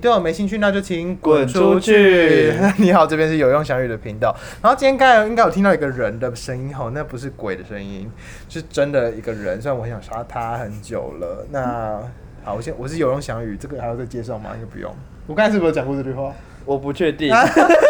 对我没兴趣，那就请滚滚出出去去。 你好，这边是有用小雨的频道。然后今天刚才应该有听到一个人的声音吼，那不是鬼的声音，是真的一个人。虽然我很想杀他很久了，那好，我先我是有用小雨，这个还要再介绍吗？应该不用。我刚才是不是有讲过这句话？我不确定，啊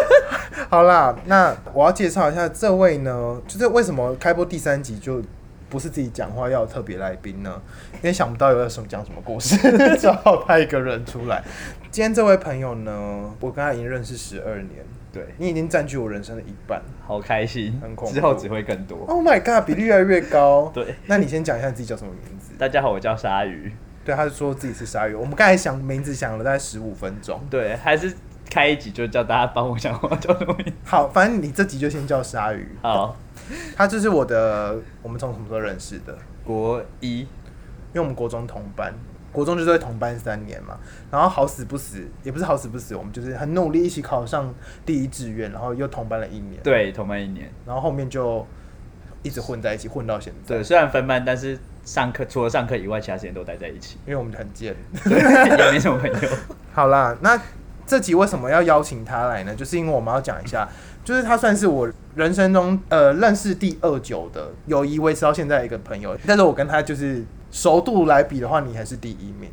好啦，那我要介绍一下这位呢，就是为什么开播第三集就不是自己讲话，要有特别来宾呢？因为想不到有什么讲什么故事， 只好派一个人出来。今天这位朋友呢，我跟他已经认识十二年，对你已经占据我人生的一半。好开心很恐，怖之后只会更多。 Oh my god，比例越来越高。对，那你先讲一下你自己叫什么名字？大家好，我叫鲨鱼。对，他就说自己是鲨鱼。我们刚才想名字想了大概十五分钟。对，还是开一集就叫大家帮我想我叫什么名字。好，反正你这集就先叫鲨鱼。好，他就是我的，我们从什么时候认识的？国一因为我们国中同班，国中就是会同班三年嘛，然后好死不死，也不是好死不死，我们就是很努力一起考上第一志愿，然后又同班了一年，对同班一年，然后后面就一直混在一起，混到现在，对，虽然分班，但是上课除了上课以外，其他时间都待在一起， 因为我们很贱。对，也没什么朋友。 好啦，那这集为什么要邀请他来呢？就是因为我们要讲一下，就是他算是我人生中呃认识第二久的友谊维持到现在的一个朋友，但是我跟他就是熟度来比的话，你还是第一名。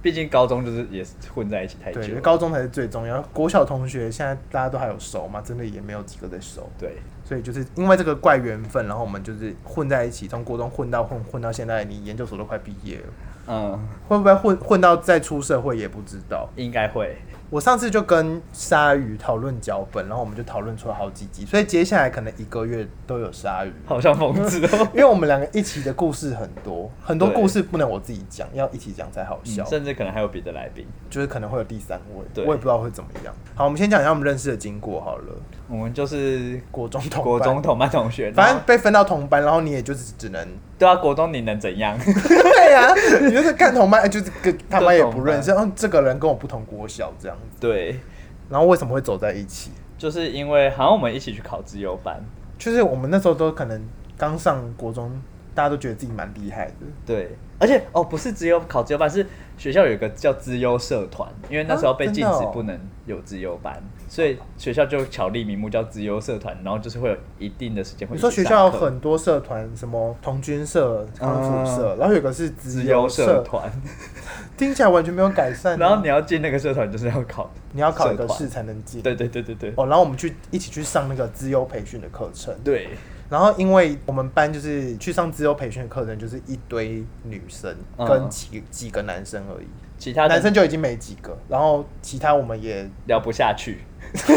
毕竟高中就是也是混在一起太对，久因为了，高中才是最重要。国小同学现在大家都还有熟嘛，真的也没有几个在熟，对所以就是因为这个怪缘分，然后我们就是混在一起，从国中混到混混到现在，你研究所都快毕业了，嗯，会不会混混到再出社会也不知道。应该会。我上次就跟鲨鱼讨论脚本，然后我们就讨论出了好几集，所以接下来可能一个月都有鲨鱼，好像疯子 哦因为我们两个一起的故事很多，很多对故事不能我自己讲，要一起讲才好笑。甚至可能还有别的来宾。就是可能会有第三位，对我也不知道会怎么样。好，我们先讲一下我们认识的经过好了。我们就是国中同班国中，同班同学，反然正后被分到同班，然后你也就是只 能对啊，国中你能怎样？ 对呀、你就是看同班，哎就是跟他妈也不 认识，就嗯，这个人跟我不同国小这样子。对，然后为什么会走在一起？就是因为好像我们一起去考自由班，就是我们那时候都可能刚上国中，大家都觉得自己蛮厉害的。对，而且哦，不是只有考自由班，是学校有一个叫资优社团，因为那时候被禁啊真止的哦不能有资优班，所以学校就巧立名目叫资优社团，然后就是会有一定的时间会你一说起学上校有课很多社团，什么童军社、康复社，然后有一个是资嗯资优优社社，团，听起来完全没有改善啊。然后你要进那个社团就是要考，你要考一个社团试才能进。对对对对对哦，然后我们去一起去上那个资优培训的课程。对，然后因为我们班就是去上资优培训的课程，就是一堆女生嗯跟几、几个男生而已，其他的男生就已经没几个，然后其他我们 也，聊不下去，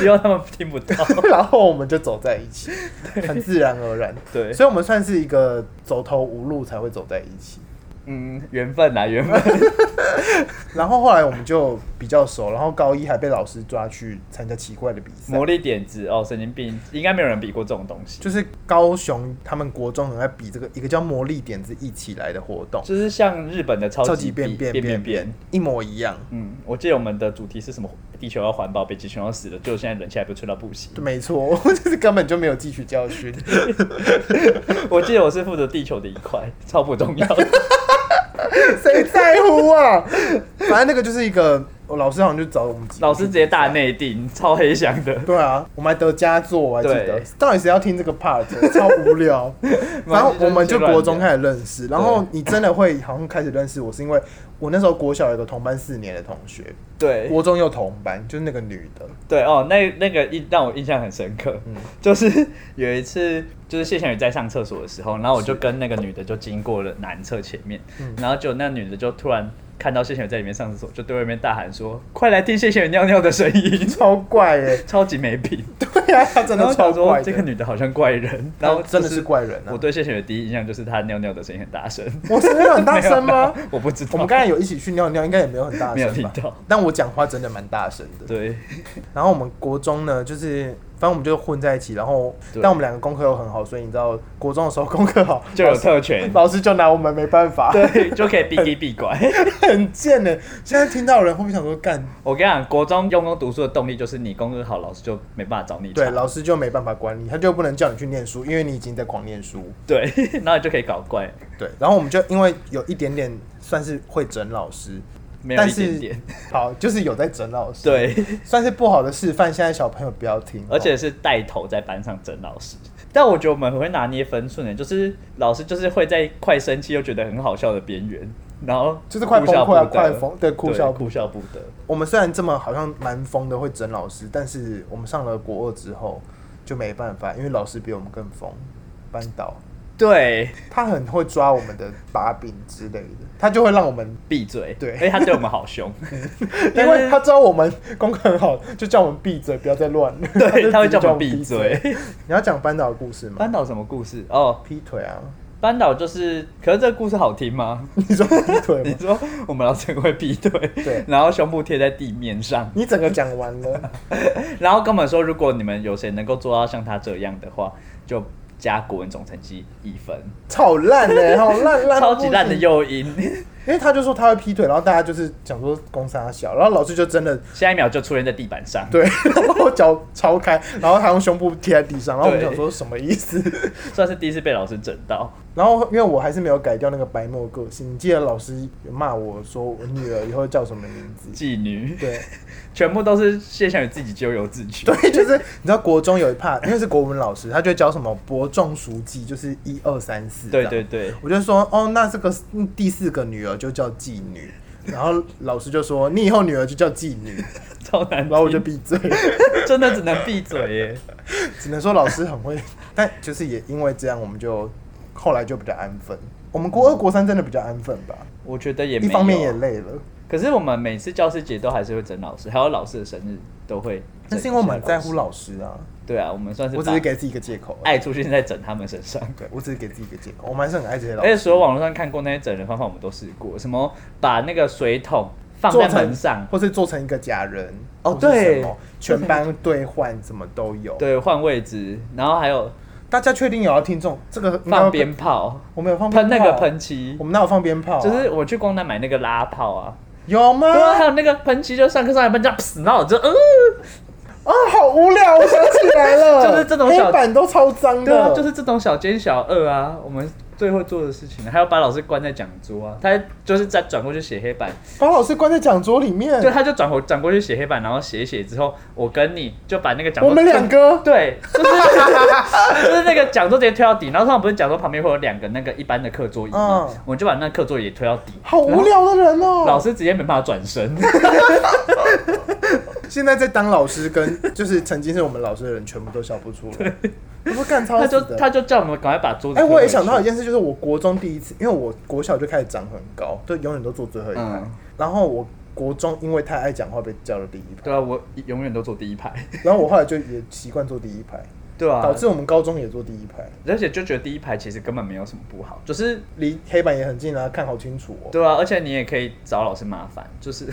希望他们听不到。然后我们就走在一起，很自然而然。对所以我们算是一个走投无路才会走在一起。嗯，缘分啊，缘分。然后后来我们就比较熟，然后高一还被老师抓去参加奇怪的比赛魔，力点子哦，神经病，应该没有人比过这种东西。就是高雄他们国中很爱比这个一个叫魔力点子一起来的活动，就是像日本的超超级级变变变变变变。，一模一样。嗯，我记得我们的主题是什么？地球要环保，北极熊要死了，就现在冷气还不吹到不行。对没错， 我就是根本就没有汲取教 训。我记得我是负责地球的一块，超不重要的。 谁在乎啊？反正那个就是一个，我老师好像就找我们几个老师直接大内定，超黑箱的。对啊，我们还得佳作，我还记得对。到底谁要听这个 part？超无 聊。反正我们就国中开始认识，然后你真的会好像开始认识我，是因为我那时候国小有个同班四年的同学，对国中又同班，就是那个女的。对哦，那那个印让我印象很深刻，嗯 就是有一次，就是谢贤宇在上厕所的时候，然后我就跟那个女的就经过了男厕前面，嗯然后就那女的就突然看到谢贤宇在里面上厕所，就对外面大喊说：“快来听谢贤宇尿尿的声音 超怪耶、！”超级没品，对啊， 她真然的后超想说怪这个的。女的好像怪人，然后她真的就是怪人啊我对谢贤宇的第一印象就是她尿尿的声音很大声，我声音很大声没有吗没？有我不知道， 我们刚才有一起去尿尿，应该也没有很大没有声听吧？到但我讲话真的蛮大声的。对然后我们国中呢，就是反正我们就混在一起，然后对但我们两个功课又很好，所以你知道国中的时候功课好，就有特权老师就拿我们没办法，对就可以避低避拐。 很贱呢。现在听到人会不会想说 干？我跟你讲，国中用功读书的动力就是你功课好，老师就没办法找你对，查老师就没办法管你，他就不能叫你去念书，因为你已经在狂念书。对， 然后你就可以搞怪。对，然后我们就因为有一点点算是会整老师，没有但一是点点，好，就是有在整老师，，对，算是不好的示范，现在小朋友不要听哦，而且是带头在班上整老师。但我觉得我们很会拿捏分寸的，就是老师就是会在快生气又觉得很好笑的边缘，然后就是快哭崩笑溃啊不得快疯对哭笑不哭笑不得。我们虽然这么好像蛮疯的会整老师，但是我们上了国二之后就没办法，因为老师比我们更疯，班导对，他很会抓我们的把柄之类的，他就会让我 们，闭嘴。对而且他对我们好 凶，因为他知道我们功课很好，就叫我们闭嘴，不要再乱。对，就 他会直接叫我叫们闭嘴。。你要讲班导的故事吗班？导什么故事？哦，劈腿啊？班导就是，可是这个故事好听吗？你说劈腿你吗？说我们老师很会劈腿，对然后胸部贴在地面上，你整个讲完了，然后跟我们说，如果你们有谁能够做到像他这样的话，就加国文总成绩一分，超烂 嘞、好烂烂，超级烂的。诱因， 因为他就说他会劈腿，然后大家就是讲说公司他小，然后老师就真的下一秒就出现在地板上。对，然后脚超开，然后他用胸部贴在地上，然后我们对想说什么意思？ 算是第一次被老师整到，然后因为我还是没有改掉那个白墨个性，你记得老师有骂我说我女儿以后叫什么名字？ 妓女对全部都是谢小雨自己咎由自取。对，就是你知道国中有一 part，因为是国文老师，他就会教什么伯仲叔季，就是一二三四。对对。对，我就说哦，那这个嗯第四个女儿就叫妓女，然后老师就说你以后女儿就叫妓女，超难听。然后我就闭嘴。真的只能闭嘴耶。只能说老师很会， 但就是也因为这样，我们就后来就比较安分。我们国二、国三真的比较安分吧，我觉得也没一有方面也累了，可是我们每次教师节都还是会整老师，还有老师的生日都会。那是因为我们很在乎。老师啊。对啊，我们算是哎我只把是给自己一个借口而已，爱出现在整他们身上。对我只是给自己一个借口。我们还是很爱这些老而且师，所有网络上看过那些整人方法，我们都试过，什么把那个水桶放在门上，或是做成一个假人哦或是什对么全班兑换什么都有。，对，换位置，然后还有大家确定有要听众这个应该放要鞭？炮，我们有放喷那个炮喷，漆我，们哪有放鞭炮啊？就是我去光南买那个拉炮啊，有吗？对啊，还有那个喷漆，就上课上一半这样，噗然后我就呃，啊，好无聊，我想起来了， 就是这种小黑板都超脏对啊的，，就是这种小奸小恶啊，我们最会做的事情，还要把老师关在讲桌啊，他就是再转过去写黑 板，把老师关在讲桌里面。就他就转过转过去写黑板，然后写一写之后，我跟你就把那个讲桌我们两个对，就是 就是那个讲桌直接推到底，然后他们不是讲桌旁边会有两个那个一般的课桌椅吗？嗯我们就把那个课桌椅也推到底，好无聊的人哦、老师直接没办法转身。现在在当老师跟就是曾经是我们老师的人，全部都笑不出来。我说干超他死就的。他就叫我们赶快把桌子。哎、我也想到一，件事，就是我国中第一次，因为我国小就开始长很高，就永远都坐最后一排。嗯然后我国中因为太爱讲话被叫到第一排，对啊，我永远都坐第一排。然后我后来就也习惯坐第一排，对啊， 导致我们高中也坐第一排，而且就觉得第一排其实根本没有什么不好，就是离黑板也很近啊，看好清楚哦、对啊，而且你也可以找老师麻烦，就是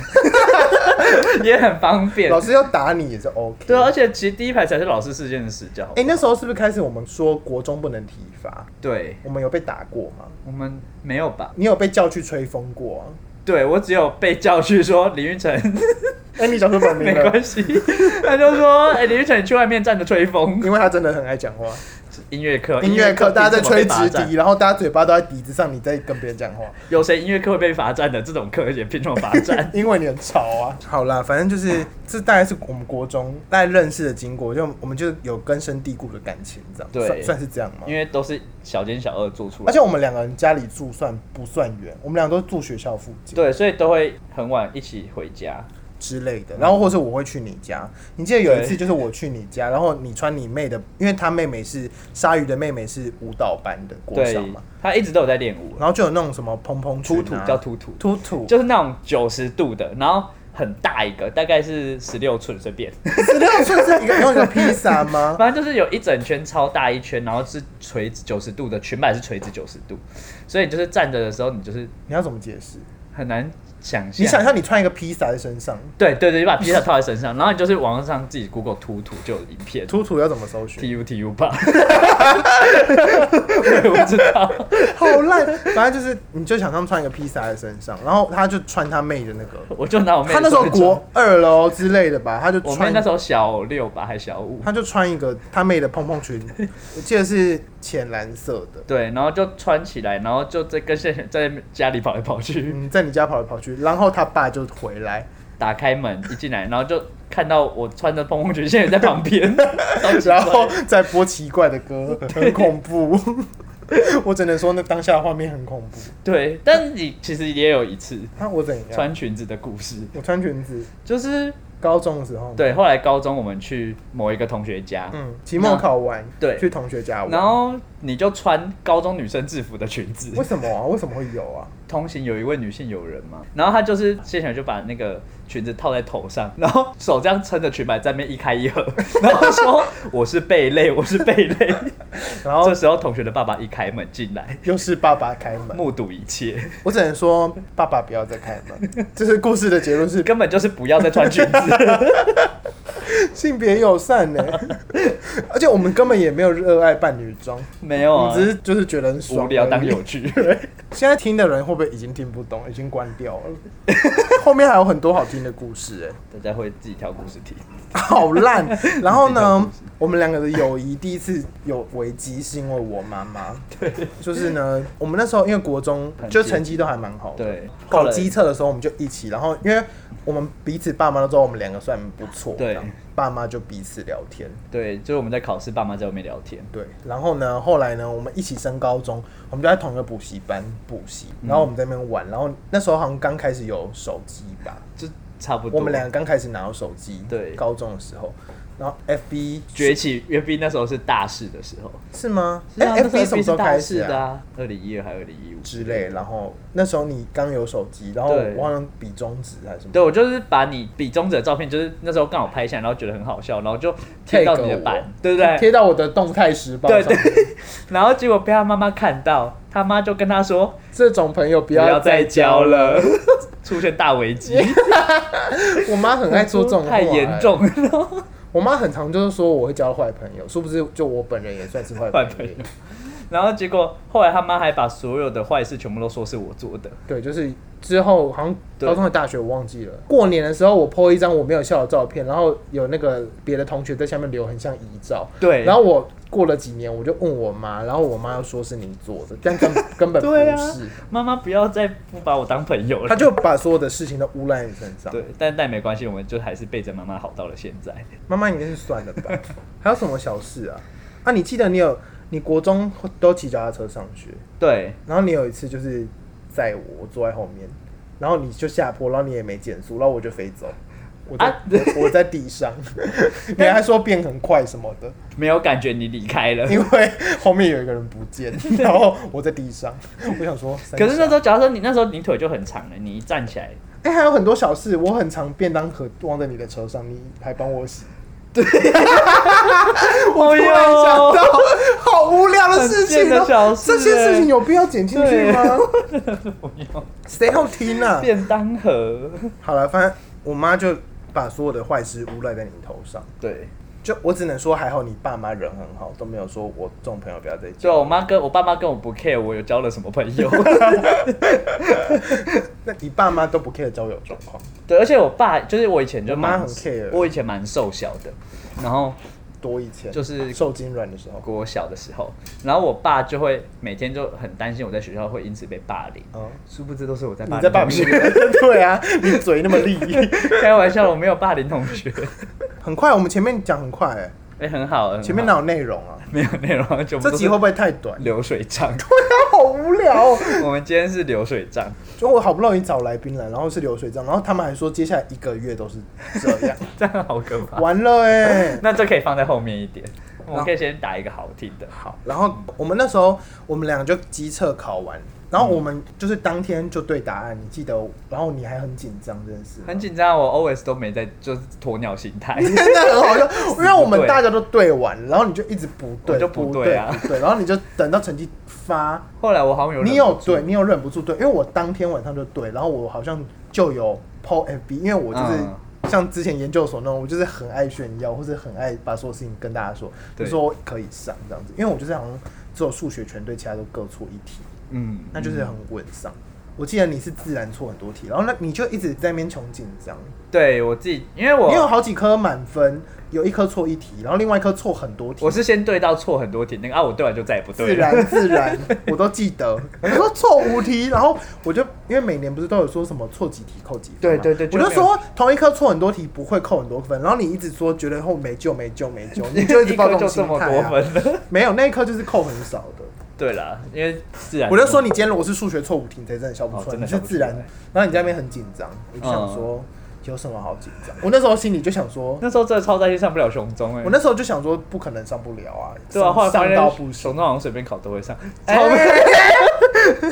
也很方便。老师要打你也是 OK。对啊，而且其实第一排才是老师事件的死角。哎、那时候是不是开始我们说国中不能体罚？对我们有被打过吗？我们没有吧？你有被叫去吹风过、啊？对我只有被叫去说李云城哎、你讲出 本名没了关，系， 他就说：“哎、李玉成，你去外面站着吹风。因为他真的很爱讲话。音乐课，呃音乐课大家在吹直笛，笛，然后大家嘴巴都在笛子上，你在跟别人讲话，？有谁音乐课会被罚站的？这种课也凭什么罚站 因为你很吵啊。 好啦，反正就是 这大概是我们国中大概认识的经过，就我们就有根深蒂固的感情，这样对算算是这样吗因？为都是小奸小恶做出而来且，我们两个人家里住算不算远？我们俩都住学校附近对，所以都会很晚一起回家。之类的，然后或是我会去你家。你记得有一次对就是我去你家，然后你穿你妹的，因为她妹妹是鲨鱼的妹妹是舞蹈班的国对小嘛，，他一直都有在练舞，然后就有那种什么蓬蓬裙突啊突叫突突，突突，就是那种九十度的，然后很大一个，大概是十六寸，随 便，十六寸是一个用一个披萨 吗？反正就是有一整圈超大一圈，然后是垂直九十度的，裙摆是垂直九十度，所以你就是站着的时候，你就是啊你要怎么解释？很难想象。你想象你穿一个披萨在身上，对对对，你把披萨套在身上，然后你就是网上自己 Google 突突就有影片突突要怎么搜寻？ T U T U 吧， 我也不知道。 好烂，反正就是你就想象穿一个披萨在身上，然后他就穿他妹的那个，我就拿我妹他那时候手机国二喽之类的吧，他就我妹穿那时候小六吧，还小五，他就穿一个他妹的蓬蓬裙， 我记得是浅蓝色的。对，然后就穿起来，然后就在跟现在在家里跑来跑去，嗯，在你家跑来跑去，局，然后他爸就回来， 打开门一进来，然后就看到我穿着蓬蓬裙现在在旁边， 超奇怪然后再播奇怪的歌，很恐怖。 我只能说，那当下的画面很恐怖。对，但你其实也有一次那我怎样？穿裙子的故事，我穿裙子，就是高中的时候，，对，后来高中我们去某一个同学家，嗯，期末考完，对去同学家玩。然后你就穿高中女生制服的裙子，为什么啊？为什么会有啊？同行有一位女性友人嘛，然后她就是谢小就把那个裙子套在头上，然后手这样撑着裙摆在那边一 开一合，然后说我是贝类，我是贝类。 然然后后这时候同学的爸爸一开门进 来，又是爸爸开 门，目睹一切，我只能说，爸爸不要再开门。这是故事的结论是根本就是不要再穿裙 子。性别友善呢， 而且我们根本也没有热爱扮女装，没有我们，啊只是就是觉得很爽而已，无聊当有趣。 现在听的人会不会已经听不懂，已经关掉了？ 后面还有很多好听的故事、大家会自己挑故事听。哎，好烂。然后自己讲呢，我们两个的友谊第一次有危机，是因为我妈妈。对，就是呢，我们那时候因为国中很就接成绩都还蛮好的，对，后考来机测的时候我们就一起，然后因为我们彼此爸妈都知道我们两个算不错，对这样，爸妈就彼此聊天。对，就是我们在考试，爸妈在外面聊天。对，然后呢，后来呢，我们一起升高中，我们就在同一个补习班补习，嗯然后我们在那边玩，然后那时候好像刚开始有手机吧，就差不多。我们两个刚开始拿到手机，对高中的时候，然后 FB 崛起，约斌那时候是大四的时候。是吗？是啊，哎那时候，FB 什么时候是开大始四啊？的啊？二零一二还二零一五之类，然后那时候你刚有手机，然后对我忘了比中指还是什么，对，我就是把你比中指的照片，就是那时候刚好拍下来，然后觉得很好笑，然后就贴到你的 Tag 板我，对不对？贴到我的动态时报对上对面。然后结果被他妈妈看到，他妈就跟他说这种朋友不不要要再再交交了。了， 出现大危 机，我妈很爱说这种话、 太严。重了。我妈很常就是说我会交坏朋友，殊不知就我本人也算是坏 坏朋朋友友。然后结果后来他妈还把所有的坏事全部都说是我做的，对，就是之后好像对高中的大学我忘记了。过年的时候我 po 一张我没有笑的照片，然后有那个别的同学在下面留很像遗照。对然后我过了几年我就问我妈，然后我妈又说是你做的，但根根本不 对啊是。妈妈不要再不把我当朋友了。她就把所有的事情都诬赖你身上。对，但但没关系，我们就还是背着妈妈好到了现在。妈妈应该是算了吧。还有什么小事啊？啊，你记得你有你国中都骑脚踏车上学，对，然后你有一次就是载我，我坐在后面，然后你就下坡，然后你也没减速，然后我就飞走，我在、啊我我在地 上，你还说变很快什么的，没有感觉你离开了。因为后面有一个人不 见，然后我在地上，我想说，三可是那小时候，假如说你那时候你腿就很长了，你一站起来，哎、还有很多小事，我很常便当盒忘在你的车上，你还帮我洗。 我突然想到，好无聊的事情哎很贱的哦、小事欸这些事情有必要剪进去吗？不要谁要听啊？便当 盒。好了，反正我妈就把所有的坏事诬赖在你头上。对，就我只能说，还好你爸妈人很好，都没有说我这种朋友不要再交。所以我妈跟我爸妈跟我不 care 我有交了什么朋 友。那你爸妈都不 care 交友状况，对，而且我爸就是我以前就我妈蛮很 care 我以前蛮瘦小的，然后多以前就是受精卵的时候。我小的时候，然后我爸就会每天就很担心我在学校会因此被霸凌。嗯，殊不知都是我在霸你凌在霸同凌学，人？ 对啊，你嘴那么利。 开玩笑，我没有霸凌同学。 很快，我们前面讲很快、欸，哎、很好，很好前面哪有内容啊？ 没有内容，就这集会不会太短？流水账？ 好无聊、哦。我们今天是流水账，就我好不容易找来宾来，然后是流水账，然后他们还说接下来一个月都是这样， 这样好可怕。完了哎、那这可以放在后面一点，我们可以先打一个好听的。好，然后我们那时候我们俩就机测考完，然后我们就是当天就对答案，你记得？然后你还很紧张这件事吗，很紧张，啊我 always 都没在，就是鸵鸟心 态。真的很好笑，因为我们死不对大家都对完，然后你就一直不对，我就不对啊不对，然后你就等到成绩发，后来我好像有忍你有不住对，你有忍不住对，因为我当天晚上就对，然后我好像就有 PO FB，因为我就是。嗯像之前研究所那种，我就是很爱炫耀，或是很爱把所有事情跟大家说，就对说可以上这样子。因为我就是好像只有数学全对，其他都各错一题，嗯，那就是很稳上。我记得你是自然错很多题，然后那你就一直在那边穷紧张，对我自己，因为你有我好几科满分，有一科错一题，然后另外一科错很多题。我是先对到错很多题，那个啊我对完就再也不自对 了。然自然，我都记得。我说错五题，然后我就因为每年不是都有说什么错几题扣几分对嘛对对我就就没说同一科错很多题不会扣很多分，然后你一直说觉得后哦没救没救没救，你就一直抱 科这就种这心么态多啊。分了。没有那一科就是扣很少的，对啦，因为自然我就说你今天如果是数学错五题，你才真的笑不哦出来，真你的是笑不自出来嗯然。然后你在那边很紧张，我就想说有什么好紧张？我那时候心里就想说，那时候真的超担心上不了雄中哎、我那时候就想说不可能上不了啊，对啊，后来上发上现到不雄行中。好像随便考都会上，超哎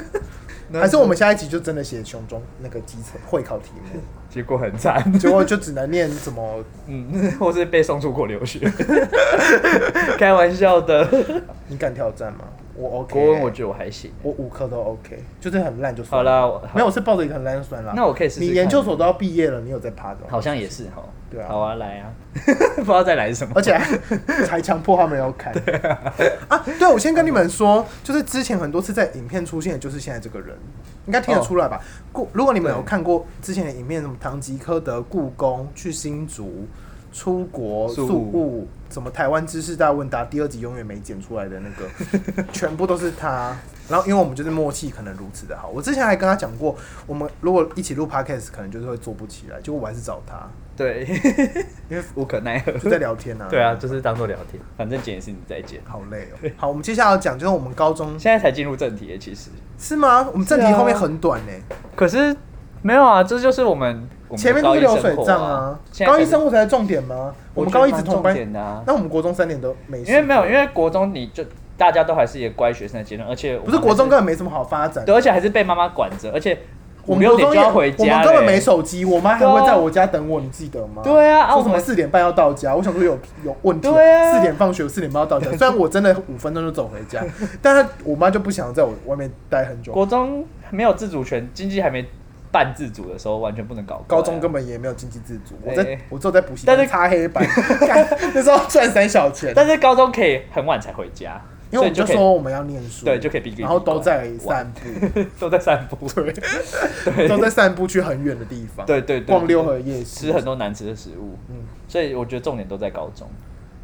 还是我们下一集就真的写熊中那个基层会考题 目，结果很惨，结果就只能念什么？嗯， 或是被送出国留学， 开玩笑的。你敢挑战吗？我 OK， 国文我觉得我还行，我五科都 OK，就是很烂就算好了。啦，我好没有，我是抱着一个很烂就算了。那我可以试试看你研究所都要毕业了，你有在爬的吗？好像也是哈，对啊好啊，来啊， 不知道再来什么而，且还还强迫他们要看。啊，对，我先跟你们说，就是之前很多次在影片出现的，就是现在这个人，应该听得出来吧？故如果你们有对看过之前的影片，什么唐吉诃德故宫去新竹。出国宿宿务，什么台湾知识大问答第二集永远没剪出来的那个， 全部都是他。然后因为我们就是默契，可能如此的好。我之前还跟他讲过，我们如果一起录 podcast，可能就是会做不起来。结果我还是找他，对， 因为无可奈何。就在聊天 啊。对啊，就是当做聊天，反正剪也是你在剪。好累哦。好，我们接下来要讲就是我们高中现在才进入正题耶，其实，是吗？我们正是题啊后面很短呢、可是没有啊，这就是我们我们的前面都高是一流生水活账啊啊。，现在高一才生活才是重点吗？我们觉高得一直蛮同重班点的啊那我们国中三年都没事，因为没有，因为国中你就大家都还是一个乖学生的阶段，而且我不们是国中还根本没什么好发展是，。对，而且还是被妈妈管着，而且我五们六国点中就也要回我家们嘞，根本没手机，我妈还对会啊在我家等我，你记得吗？对啊啊说我什么们四点半要到家，我想说有有问题，对啊四点放学我四点半要到家。虽然我真的五分钟就走回家， 但是我妈就不想在我外面待很久。国中没有自主权，经济还没半自主的时候，完全不能搞、啊高中根，本也没有经济自主，我在哎我只有在补习但班是擦黑 板，干那时候赚三小钱。但是高中可以很晚才回家，因为我们就所以说我们要念书，对就可以逼逼然后都在散步，可以 都在散步， 对，都在散步去很远的地方，对对对逛六合夜市吃很。多难吃的食物，嗯，所以我觉得重点都在高中。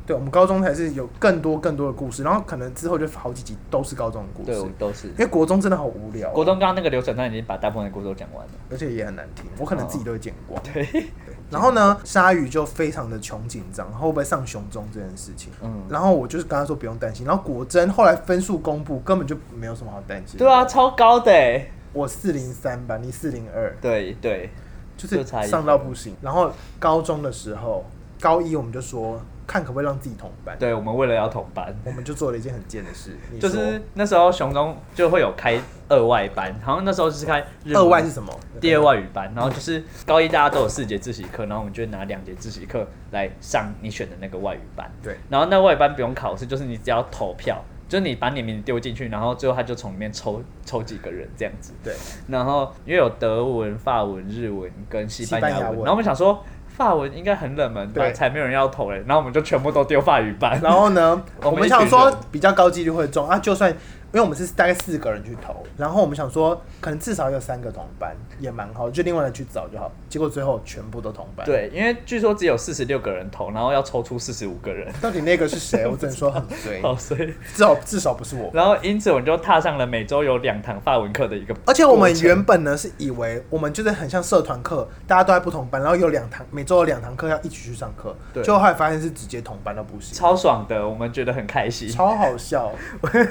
对，我们高中才是有更多更多的故事，然后可能之后就好几集都嗯是高中的故对，我事，都是因为国中真的好无聊，国中刚刚那个流程，他已经把大部分的故事都讲完了。而且也很难听，我哦可能自己都会剪光。对，然后呢，鲨鱼就非常的穷紧张，会不会上熊中这件事情？嗯然后我就是跟他说不用担心，然后果真后来分数公布，根本就没有什么好担心。 对啊，，超高的欸，我四零三吧，你四零二，对对，就是上到不行。然后高中的时候，高一我们就说看可不可以让自己同班，对，我们为了要同班，我们就做了一件很贱的事，你就说是那时候雄中就会有开二外班，好像那时候就是开日文二外是什么？第二外语班，然后就是高一大家都有四节自习课，然后我们就拿两节自习课来上你选的那个外语班，对然后那外语班不用考试，就是你只要投票，就是你把你名字丢进去，然后最后他就从里面抽抽几个人这样子，对，然后因为有德文、法文、日文跟西班牙西班牙文文，然后我们想说法文应该很冷门吧，对才没有人要投嘞，然后我们就全部都丢法语班，然后 呢，我我们们一群想说人比较高几率会中啊，就算因为我们是大概四个人去投，然后我们想说可能至少有三个同班也蛮好，就另外的去找就好。结果最后全部都同班。，对，因为据说只有四十六个人投，然后要抽出四十五个人，到底那个是谁？我只能说 很衰，好，所以至少至少不是我。然后因此我们就踏上了每周有两堂法文课的一个，而且我们原本呢是以为我们就是很像社团课，大家都在不同班，然后有两堂每周有两堂课要一起去上课，对就后来发现是直接同班到不行，超爽的，我们觉得很开心，超好 笑。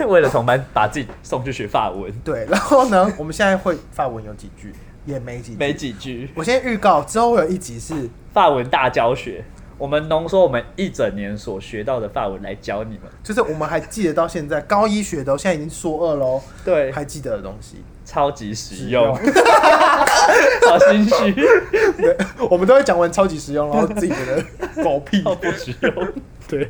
为了同班把自己送去学法文，对，然后呢，我们现在会法文有几句，也没几句。没几句我先预告，之后会有一集是法文大教学，我们浓缩我们一整年所学到的法文来教你们，就是我们还记得到现在，高一学的哦，现在已经硕二喽，对，还记得的东西， 超级实用， 好心虚，对我们都会讲完超级实用，然后自己觉得狗屁。超不实用，对，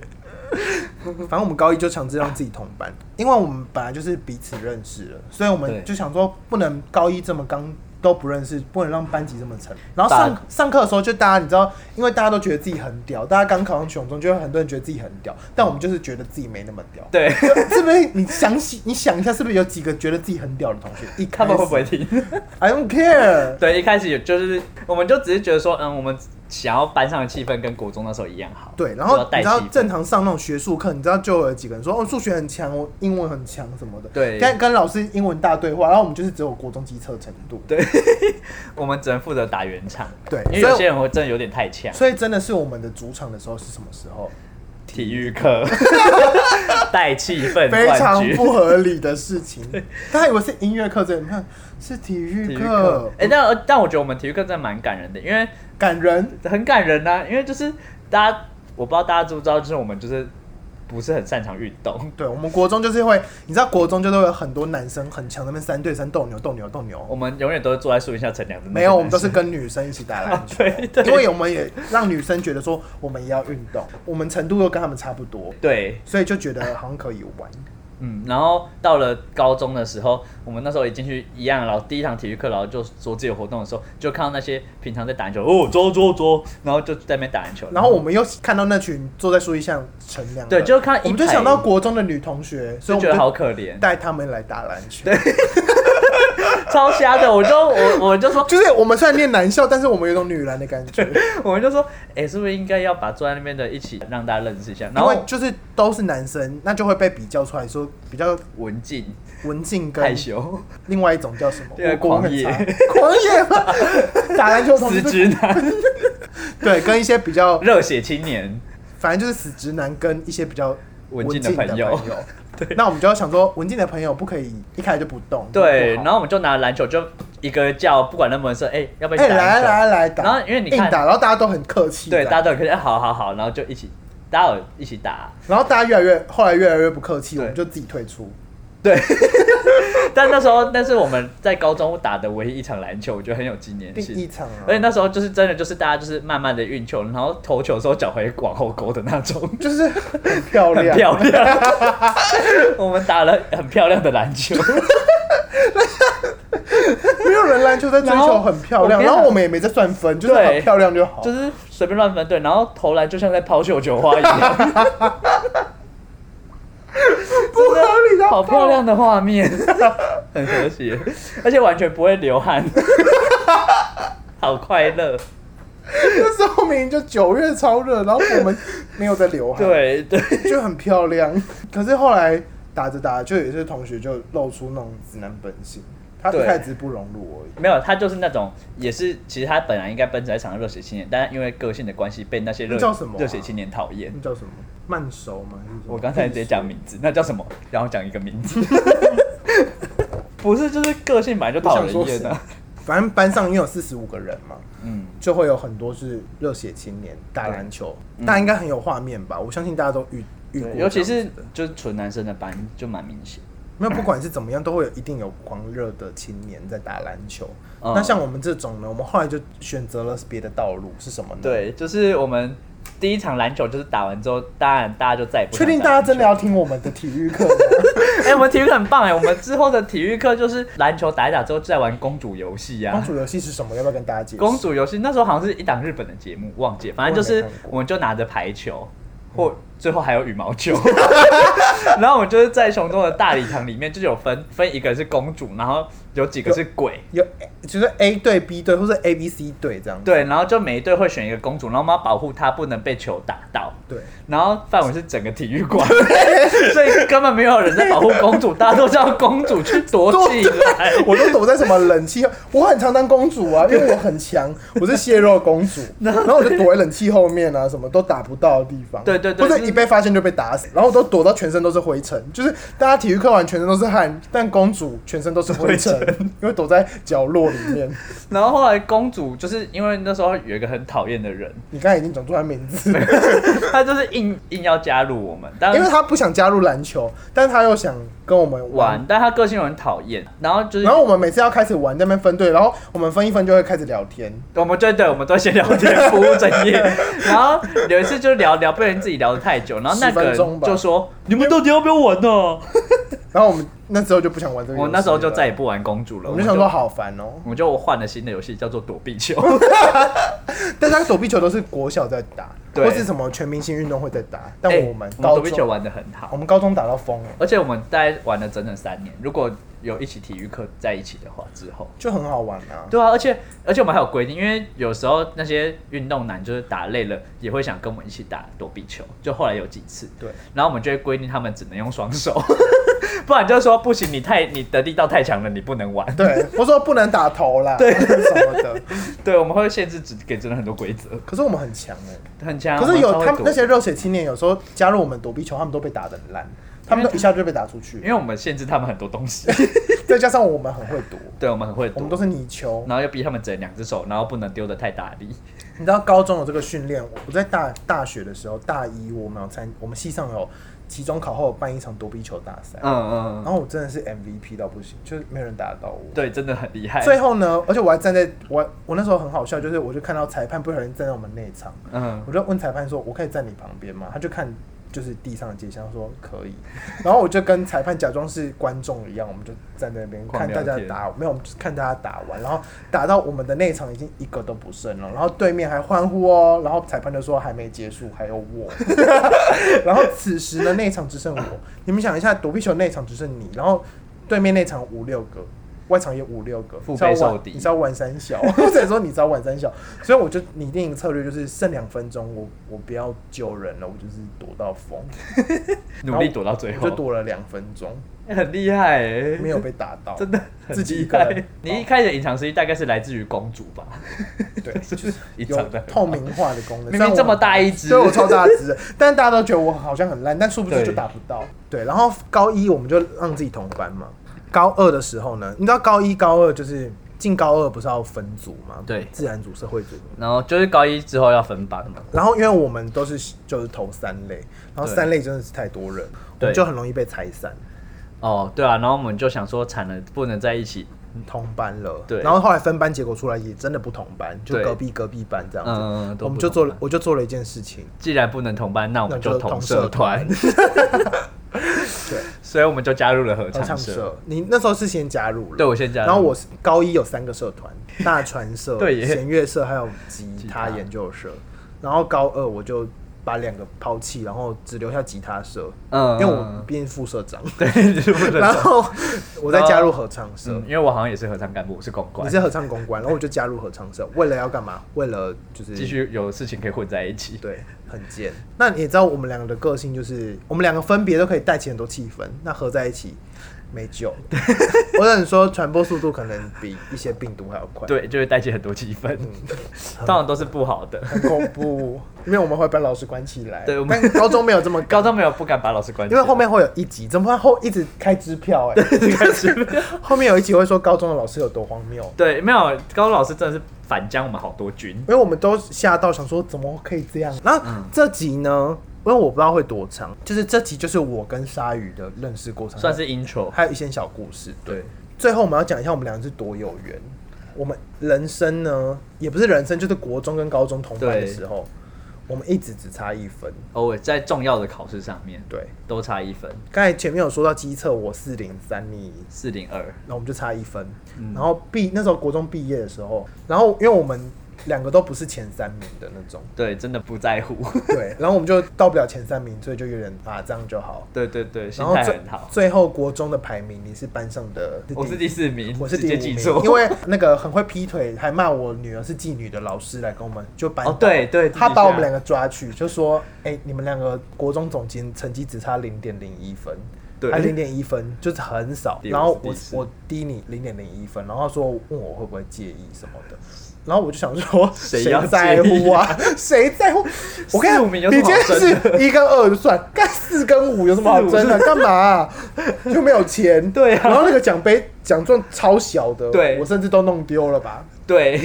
反正我们高一就强制让自己同班，因为我们本来就是彼此认识了，所以我们对就想说不能高一这么刚都不认识，不能让班级这么沉。然后上上课的时候，就大家你知道，因为大家都觉得自己很屌，大家刚考上雄中，就会很多人觉得自己很屌，但我们就是觉得自己没那么屌。对， 是不是？你想起你想一下，是不是有几个觉得自己很屌的 同学？一他开们始会不会听？ I don't care。对，一开始也就是，我们就只是觉得说，嗯，我们想要班上的气氛跟国中那时候一样好。对，然就后要你带知气道氛正常上那种学术课，你知道就有几个人说哦，数学很强，我英文很强什么的，对跟跟老师英文大对话，然后我们就是只有国中基测程度，对我们只能负责打圆场。对因哎为所以有些人会真的有点太呛。所以真的是我们的主场的时候是什么时候？体育 课带气氛非冠常军。不合理的事 情，他以为是音乐课，这你看是体体育育课课，，哎、但但我觉得我们体育课真的蛮感人的，因为感人，很感人呐、因为就是大家，我不知道大家知不知道，就是我们就是不是很擅长运动， 对我们国中就是会，你知道国中就是会有很多男生很强，那边三对三斗牛斗牛斗牛我，们永远都是坐在树荫下乘凉的。没有，我们都是跟女生一起打篮球 对，对因为我们也让女生觉得说我们也要运动，我们程度又跟他们差不多，对，所以就觉得好像可以玩。嗯，然后到了高中的时候，我们那时候一进去一样，然后第一堂体育课，然后就说自由活动的时候，就看到那些平常在打篮球，哦，捉捉捉，然后就在那边打篮球，然后我们又看到那群坐在树荫下乘凉的，对就看到一我们就排想到国中的女同学，所以我就觉们得好就可怜，带他们来打篮球。超瞎的，我就我我就说，就是我们虽然念男校，但是我们有种女篮的感觉，我们就说，哎、是不是应该要把坐在那边的一起让大家认识一下？然因后为就是都是男生，那就会被比较出来说比较文静文静害跟羞，另外一种叫什么？对我国文很狂野差，狂野 嘛，打篮球的同死学直男，对，跟一些比较热血青年，反正就是死直男跟一些比较文静静的朋朋友对， 那我们就要想说，文静的朋友不可以一开始就不动。对，不好然后我们就拿篮球就一个叫，不管那么人说，哎、要不要哎、一起打来篮球？来来打，然后因为你看硬打，然后大家都很客气，对，这大样家都可以，哎好好好，然后就一起，大家有 一起打，然后大家越来越后来越来越不客气，对我们就自己退出。对。但那时候，但是我们在高中打的唯一一场篮球，我觉得很有纪念第一性。场啊，而且那时候就是真的，就是大家就是慢慢的运球，然后投球的时候脚会往后勾的那种，就是很漂很亮，漂亮。 我们打了很漂亮的篮球，没有人篮球在追然求后很漂亮，我然跟你讲后我们也没在算分，就是对很漂亮就好。就是随便乱分队，然后投篮就像在抛绣球花 一样，不合理的，好漂亮的画面， 很和谐，而且完全不会流 汗，好快乐。 那时候明明就九月超热，然后我们没有在流汗，对对，就很漂亮。可是后来打着打着，就有一些同学就露出那种直男本性，他一对开始不融入而已。没有，他就是那种，也是其实他本来应该奔着来场热血青年，但因为个性的关系，被那些热那叫什么啊热血青年讨厌那。叫什么？慢熟吗？还是什么我刚才直接讲名字，那叫什么？然后讲一个名 字，不是就是个性本来就不讨想人说厌啊的、谁反正班上因为有四十五个人嘛，嗯，就会有很多是热血青年打篮球，嗯大家应该很有画面吧？我相信大家都遇遇过这样对，子的，尤其是就是纯男生的班就蛮明显。没有不管是怎么样，都会有一定有狂热的青年在打篮球。嗯那像我们这种呢，我们后来就选择了别的道路，是什么呢？，对，就是我们第一场篮球就是打完之后，当然大家就再也不确想定打大家篮球真的要听我们的体育 课吗？哎、我们体育课很棒哎、我们之后的体育课就是篮球打一打之后，再玩公主游戏啊呀。公主游戏是什么？要不要跟大家解释？公主游戏那时候好像是一档日本的节目，忘记了，反正就是我也没看过嗯我们就拿着排球，或最后还有羽毛 球， 然后我们就是在熊中的大礼堂里面，就是有分分一个是公主，然后有几个是鬼，有，就是 A 队、B 队，或是 A、B、C 队这样。对，然后就每一队会选一个公主，然后我们要保护她不能被球打到，对，然后范围是整个体育 馆，所以根本没有人在保护公主，大家都叫公主去躲起来。我都躲在什么冷气，我很常当公主啊，因为我很强，我是血肉公 主，然后我就躲在冷气后面啊，什么都打不到的地方。对对对或就者是一被发现就被打死，然后我都躲到全身都是灰尘，就是大家体育课完全身都是汗，但公主全身都是灰尘，因为躲在角落里面。然后后来公主就是因为那时候有一个很讨厌的人，你刚才已经讲出来名字了，她就是硬硬要加入我们，但因为她不想加入篮球，但她又想跟我们玩玩，。但她个性又很讨厌，然后就是嗯然后我们每次要开始玩，在那边分队，然后我们分一分就会开始聊天。我们就对，我们都先聊天，不务正 业。然后有一次就聊聊，被人自己聊得太久，然后那10个分钟人吧啊就说：“你们到底要不要玩呢、然后我们那时候就不想玩这个游戏我了，那时候就再也不玩公主了，我我们们就就想说好烦哦、我们就换了新的游戏，叫做躲避球。但是他躲避球都是国小在打，对或是什么全明星运动会在打，但哎我们我们高躲中避球玩的很好我，们高中打到疯了，而且我们大概玩了整整三年。如果有一起体育课在一起的话，之后。就很好玩啊。对啊，而且而且我们还有规定，因为有时候那些运动男就是打累了，也会想跟我们一起打躲避球，就后来有几次， 对，然后我们就会规定他们只能用双手， 不然就是说不行，你太你的力道太强了，你不能玩。 对，我说不能打头啦，对什么的。对，我们会限制只给真的很多规则，可是我们很强哎、 很强。可是我有超会他们躲那，些热血青年，有时候加入我们躲避球，他们都被打得很烂，他们都一下就被打出因去。为我们限制他们很多东西， 再加上我们很会躲，对我们很会我躲们，都是泥鳅。然后又逼他们只能两只手，然后不能丢的太大力。你知道高中有这个训练，我在大大学的时候，大一我们有参，我们系上有期中考后有办一场躲避球大赛，嗯嗯然嗯，后我真的是 MVP 到不行，就是没有人打得到我。对，真的很厉害。最后呢，而且我还站在我我那时候很好笑，就是我就看到裁判不小心站在我们内场，嗯，我就问裁判说：“我可以站你旁边吗？”他就看就是地上的街巷说：“可以。” 然后我就跟裁判假装是观众一样，我们就站在那边狂看聊大家天打，没有，我们就是看大家打完，然后打到我们的那一场已经一个都不剩了，然后对面还欢呼哦，然后裁判就说还没结束，还有我。 然后此时呢，那一场只剩我。你们想一下，躲避球那一场只剩你，然后对面那场五六个。外场也五六个，腹背受敌你知道玩三小， 或者说你知道玩三小，所以我就拟定一个策略，就是剩两分钟，我我不要救人了，我就是躲到疯，努力躲到最我后，就躲了两分钟，欸很厉害欸，没有被打到， 真的很自己一厉个害人。。你一开始的隐藏实力大概是来自于公主吧？ 对，就是隐有藏的透明化的功能， 明虽然明我这么大一只，对我超大只的，但大家都觉得我好像很烂，但殊不知对就打不到。对，然后高一我们就让自己同班嘛。高二的时候呢，你知道高一高二就是进高二不是要分组吗？对自然组、社会组。然后就是高一之后要分班嘛，然后因为我们都是就是投三类，然后对三类真的是太多人，我对们就很容易被拆散，哦，对啊，然后我们就想说惨了，不能在一起，同班了。嗯对然后后来分班结果出来也真的不同班，就对隔壁隔壁班这样子。嗯，都我们不就同做了班，我就做了一件事情，既然不能同班，那我们那就就同社团， 对，所以我们就加入了合合唱唱社。社。你那时候是先加入了，对，我先加入，然后我是高一有三个社团，大传社、 对耶弦乐社还有吉吉他他研究社。然后高二我就把两个抛弃，然后只留下吉他社，嗯，因为我变副社 长。 对，就是不能然后我再加入合唱社，嗯，因为我好像也是合唱干部，我是公关你，是合唱公关，然后我就加入合唱社，为了要干嘛？为了就是继续有事情可以混在一起。对，很贱。那你也知道我们两个的个性就是，我们两个分别都可以带起很多气氛，那合在一起没救。 我只能说传播速度可能比一些病毒还要快。对，就会带起很多气氛，嗯 通常都是不好 的。很恐怖，因为我们会把老师关起来。对我们但高中没有这么高， 高中没有不敢把老师关起因来，为后面会有一集，怎么会后一直开支票、欸？哎，开始 后面有一集会说高中的老师有多荒谬， 对，没有高中老师真的是反将我们好多军。因为我们都吓到想说怎么可以这样。然后嗯这集呢，因为我不知道会多长，就是这集就是我跟鲨鱼的认识过程，算是 intro。还有一些小故事。对，最后我们要讲一下我们两个是多有缘。我们人生呢，也不是人生，就是国中跟高中同班的对时候，我们一直只差一分。偶尔在重要的考试上面对，都差一分，刚才前面有说到机测，我四零三，你，四零二。那我们就差一分。嗯然后毕那时候国中毕业的时候，然后因为我们两个都不是前三名的那种，对，真的不在乎。 对，然后我们就到不了前三名，所以就有点啊这样就好。对对对，心然后态最很好。最后国中的排名，你是班上的， 我是第四名，我是直第接五记名 错，因为那个很会劈腿还骂我女儿是妓女的老师来跟我们就班哦对对他记把下我们两个抓去，就说哎、你们两个国中总监成绩只差零点零一分。对还零点一分，就是很少。第五然后第我四我低你零点零一分，然后说问我会不会介意什么的，然后我就想说谁谁要在介意乎啊？ 谁在乎？我跟四你五名有讲，你今什么好天争是一跟二就算，干四跟五有什么好争的？干嘛啊、又没有钱， 对啊然后那个奖杯奖状超小的，对我甚至都弄丢了吧？ 对，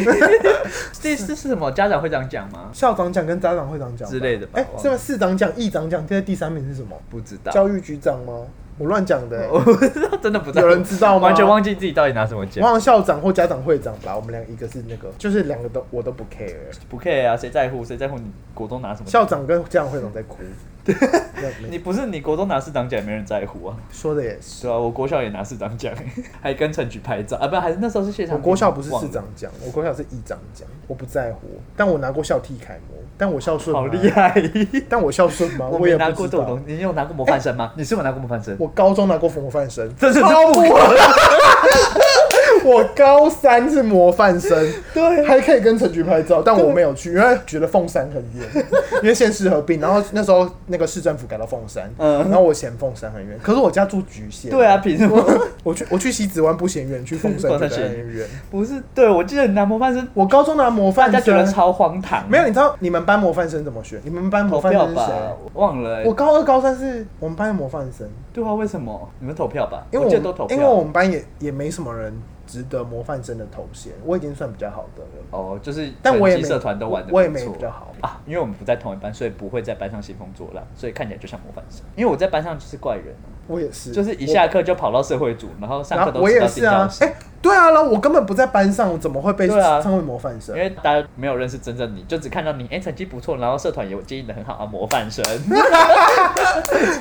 这这是什么？家长会这样讲吗？校长奖跟家长会长奖吧之类的吧哎、忘了是吗？市长奖、议长奖，现在第三名是什么？不知道，教育局长吗？我乱讲的、欸。 我不知道，真的不知道。有人知道吗完全忘记自己到底拿什么忘奖，了校长或家长会长吧，我们俩一个是那个，就是两个都我都不 care。不 care 啊，谁在乎？谁在乎你国中拿什么？校长跟家长会长在哭，你不是你国中拿市长奖，没人在乎啊。说的也是。对啊，我国校也拿市长奖， 还跟陈菊拍照啊，不，还是那时候是谢长我廷。国校不是忘市了，长奖，我国校是议长奖，我不在乎。但我拿过校替楷模，但我孝顺吗好厉！害！但啊 我孝顺吗？没也拿不过知这种道哎东。西，你有拿过模范生吗？你是不是拿过模范生？我高中拿过模范生，这是超不不合。 我高三是模范生，对啊还可以跟陈菊拍照，但我没有去，因为觉得凤山很 远，因为县市合并，然后那时候那个市政府改到凤山，嗯然后我嫌凤山很远，可是我家住橘县， 对啊，，凭什么？我去我去西子湾不嫌远，去凤山凤觉得山嫌很远。不是，对我记得你拿模范生，我高中拿模大范家觉得生，超荒唐。没有，你知道你们班模范生怎么选？你们班模投范票生是吧谁？，我忘了欸。我高二、高三是我们班的模范生，对啊，为什么？你们投票吧，因为我我记得都投票。因为我们班也也没什么人值得模范生的头衔，我已经算比较好的了。哦，就是但我也成绩没社团都玩的我也没比较好啊，因为我们不在同一班，所以不会在班上兴风作浪，所以看起来就像模范生。因为我在班上就是怪人啊，我也是，就是一下课就跑到社会组，然后我，嗯上然课后都我迟也到进是啊教，室哎、，对啊，然后我根本不在班上，我怎么会被对啊称为模范生因？为大家没有认识真正你，就只看到你哎成绩不错，然后社团也经营的很好啊，模范生。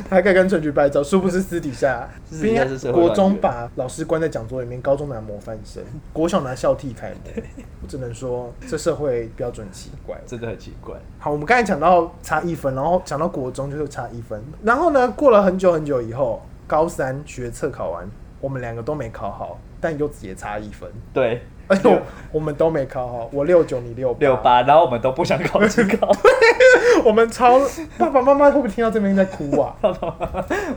还可以跟陈菊拍照，殊不知私底下， 私毕底下是社竟会国中乱源把老师关在讲桌里面，高中拿模范生，国小拿校替楷模，我只能说这社会标准奇怪。真的很奇怪。好，我们刚才讲到差一分，然后讲到国中就是差一分，然后呢，过了很久很久以后，高三学测考完，我们两个都没考好，但又也差一分，对，而且我六我们都没考好，我六九你六六，八，然后我们都不想考清 高，我们超爸爸妈妈会不会听到这边在哭 啊？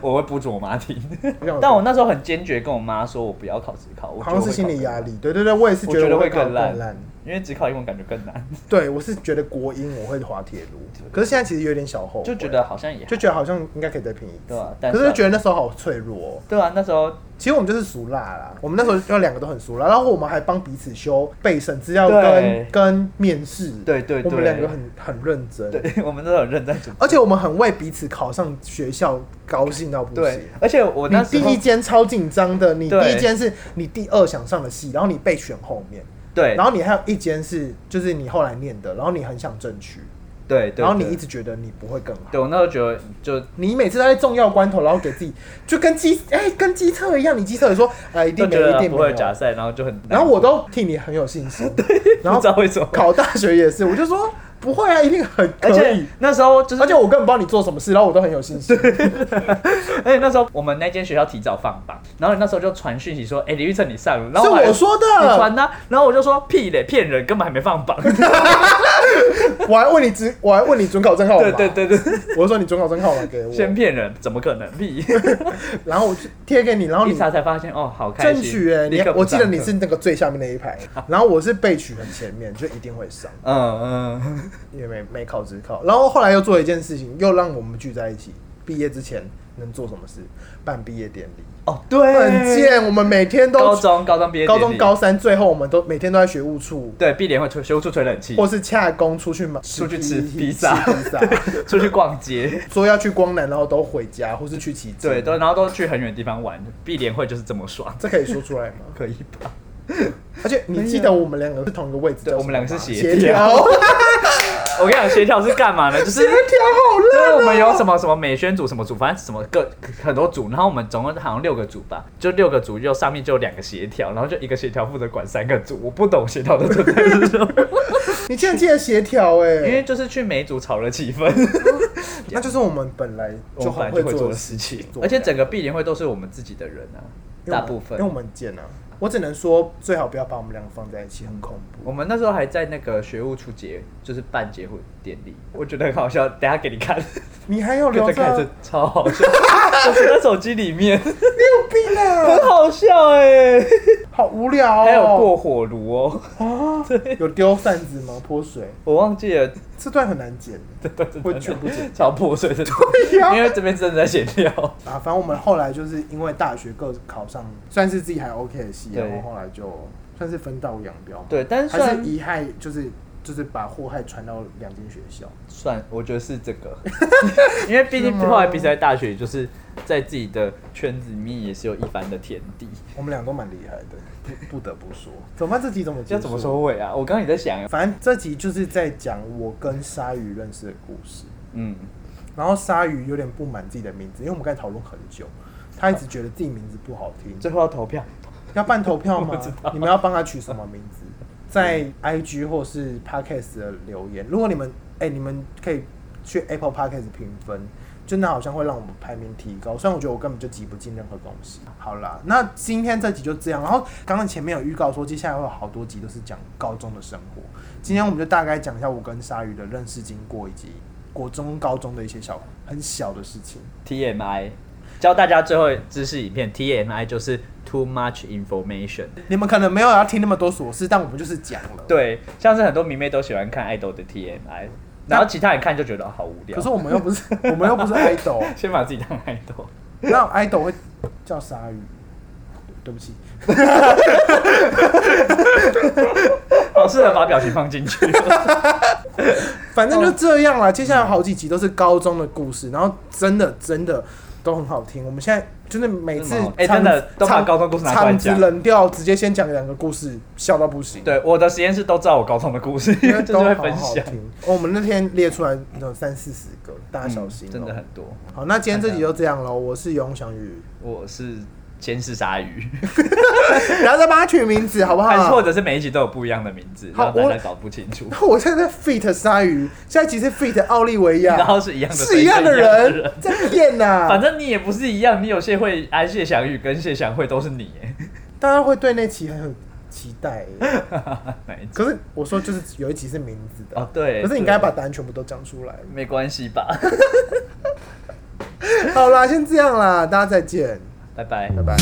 我会补助我妈听。不想但我那时候很坚决跟我妈说，我不要考职考，我好像觉得是会心理考压更力，对对对，我也是我觉觉得得我会考更烂烂，哦难，因为只考英文感觉更难，对我是觉得国英我会滑铁卢，可是现在其实有点小后悔，就觉得好像也就觉得好像应该可以再拼一次，对啊但可是是就觉得那时候好脆弱、哦。对啊，那时候其实我们就是熟辣啦，我们那时候要两个都很熟辣，然后我们还帮彼此修备审资料对跟跟面试，对对对我们两个很很认真，对 我们都很认真 准备，而且我们很为彼此考上学校高兴到不行对。，而且我你那时第候一间超紧张的，你第对一间是你第二想上的系，然后你被选后面，对，然后后你还有一间是就是你后来念的，然后你很想争取，对对，然后你对一直觉得你不会更好。对我那时候觉得就你每次都在重要关头，然后给自己就跟机哎、跟机测一样，你机测也说哎、一就定没觉有一得定不没会有，假赛，然后就很难然后我都替你很有信 心，然不后知道为什么，考大学也是，我就说不会啊，一定很可而且以。那时候就是而且我根本不知道你做什么事，然后我都很有信心。而且那时候我们那间学校提早放榜，然后你那时候就传讯息说：“哎、李玉成你上了。”然后是还我说的你传呐、然后我就说：“屁嘞，骗人，根本还没放榜。我还问你准，我还问你准考证”号码。 对对，对对，我就说你准考证号码给我，先骗人，怎 么可能？ 屁！然后我就贴给你，然后一你查才发现，哦，好开争心。取哎，你立刻不我记得上你课是那个最下面那一排， 然后我是被取很前面，就一定会上，嗯 嗯，也没没考只考。然后后来又做一件事情，又让我们聚在一起。毕业之前能做什么事？办毕业典礼，哦对，很。贱。我们每天都高中高中毕业典高礼中高三最后，我们都每天都在学务处，对必联会出修处吹冷气，或是洽工出去买，出去吃吃披萨吃披萨， 出去逛街，说要去光南，然后都回家，或是去骑车。对，都然后都去很远的地方玩。必联会就是这么爽，这可以说出来吗？可以吧？而且你记得我们两个是同一个位置，对叫我们两个什么是吗协协调调， 我跟你讲，协调是干嘛呢？ 就是协调对，我们有什么什么美宣组什么组，反正什么各很多组，然后我们总共好像六个组吧，就六个组，就上面就有两个协调，然后就一个协调负责管三个组。我不懂协调的存在是 什么，好烂！你竟然记得协调因为哎，就是去每组炒热气 氛，那就是我们本来就我本来很就会做做的的事事情情，，做而且不了整个毕联会都是我们自己的人啊，因为我大们部分因为。我们贱啊，我只能说最好不要把我们两个放在一起，很恐怖。我们那时候还在那个学务处结，就是办结婚典礼，我觉得很好笑，等一下给 你看，你还要看留着看着着？超好笑， 我存在手机 里面，你有病 啊！很好笑哎、好无聊哦。还有过火炉哦，啊？有丢扇子吗？泼水？我忘记了。这段很难 剪，会全部 剪。超破碎的，对呀因为这边正在闲聊。啊，反正我们后来就是因为大学各考上，算是自己还 OK 的系，然对后后来就算是分道扬镳嘛。对但是虽还然是遗害就是就是把祸害传到两间学校。算，我觉得是这 个，因为毕竟后来比赛大学，就是在自己的圈子里面也是有一番的天地。我们俩都蛮厉害的，不不得不说。怎么办？这集怎么结束要怎么？收尾啊？我刚刚也在想，反正这集就是在讲我跟鲨鱼认识的故事。嗯，然后鲨鱼有点不满自己的名字，因为我们刚才讨论很久，他一直觉得自己名字不好听。最后要投票，要办投票 我吗不知道？你们要帮他取什么名字？在 IG 或是 Podcast 的留言，如果你们哎、你们可以去 Apple Podcast 评分，真的好像会让我们排名提高。虽然我觉得我根本就挤不进任何东西。好啦，那今天这集就这样。然后刚刚前面有预告说，接下来会有好多集都是讲高中的生活。今天我们就大概讲一下我跟鲨鱼的认识经过，以及国中、高中的一些小很小的事情。 TMI，教大家最后知识影片 TMI 就是 Too Much Information。你们可能没有要听那么多琐事，但我们就是讲了。对，像是很多迷妹都喜欢看爱豆的 TMI，然后其他人看就觉得哦好无聊。可是我们又 不是，我们又不是 idol，先把自己当爱豆，那 idol 会叫鲨鱼。对不起，好适合把表情放进去。反哦正就这样嗯啦。接下来好几集都是高中的故事，然后真的真的都很好听。我们现在就是每次真的吗哎场真的都把场高中故事拿出来场子讲冷掉，直接先讲两个故事，笑到不行。对，我的实验室都知道我高中的故事，因因为为 就都是好会分好享，听。哦我们那天列出来有三四十个，大家嗯小心哦。真的很多。好，那今天这集就这样喽。我是永祥 宇，我是先是鲨鱼，然后再帮他取名字好不好？还是或者是每一集都有不一样的名字，啊好让大我家搞不清 楚。那我现在在 fit 鲨鱼，下一集是 fit 奥利维亚，然后是一样的是一样的身份一样的人人，在骗呐、 反正你也不是一样，你有些会安谢祥玉跟谢祥慧都是你耶， 大家会对那期很有期待耶。哪一集？可是我说就是有一集是名字的哦对可是你刚才把答案全部都讲出来了。没关系吧，好啦，先这样啦，大家再见，拜拜。 拜拜。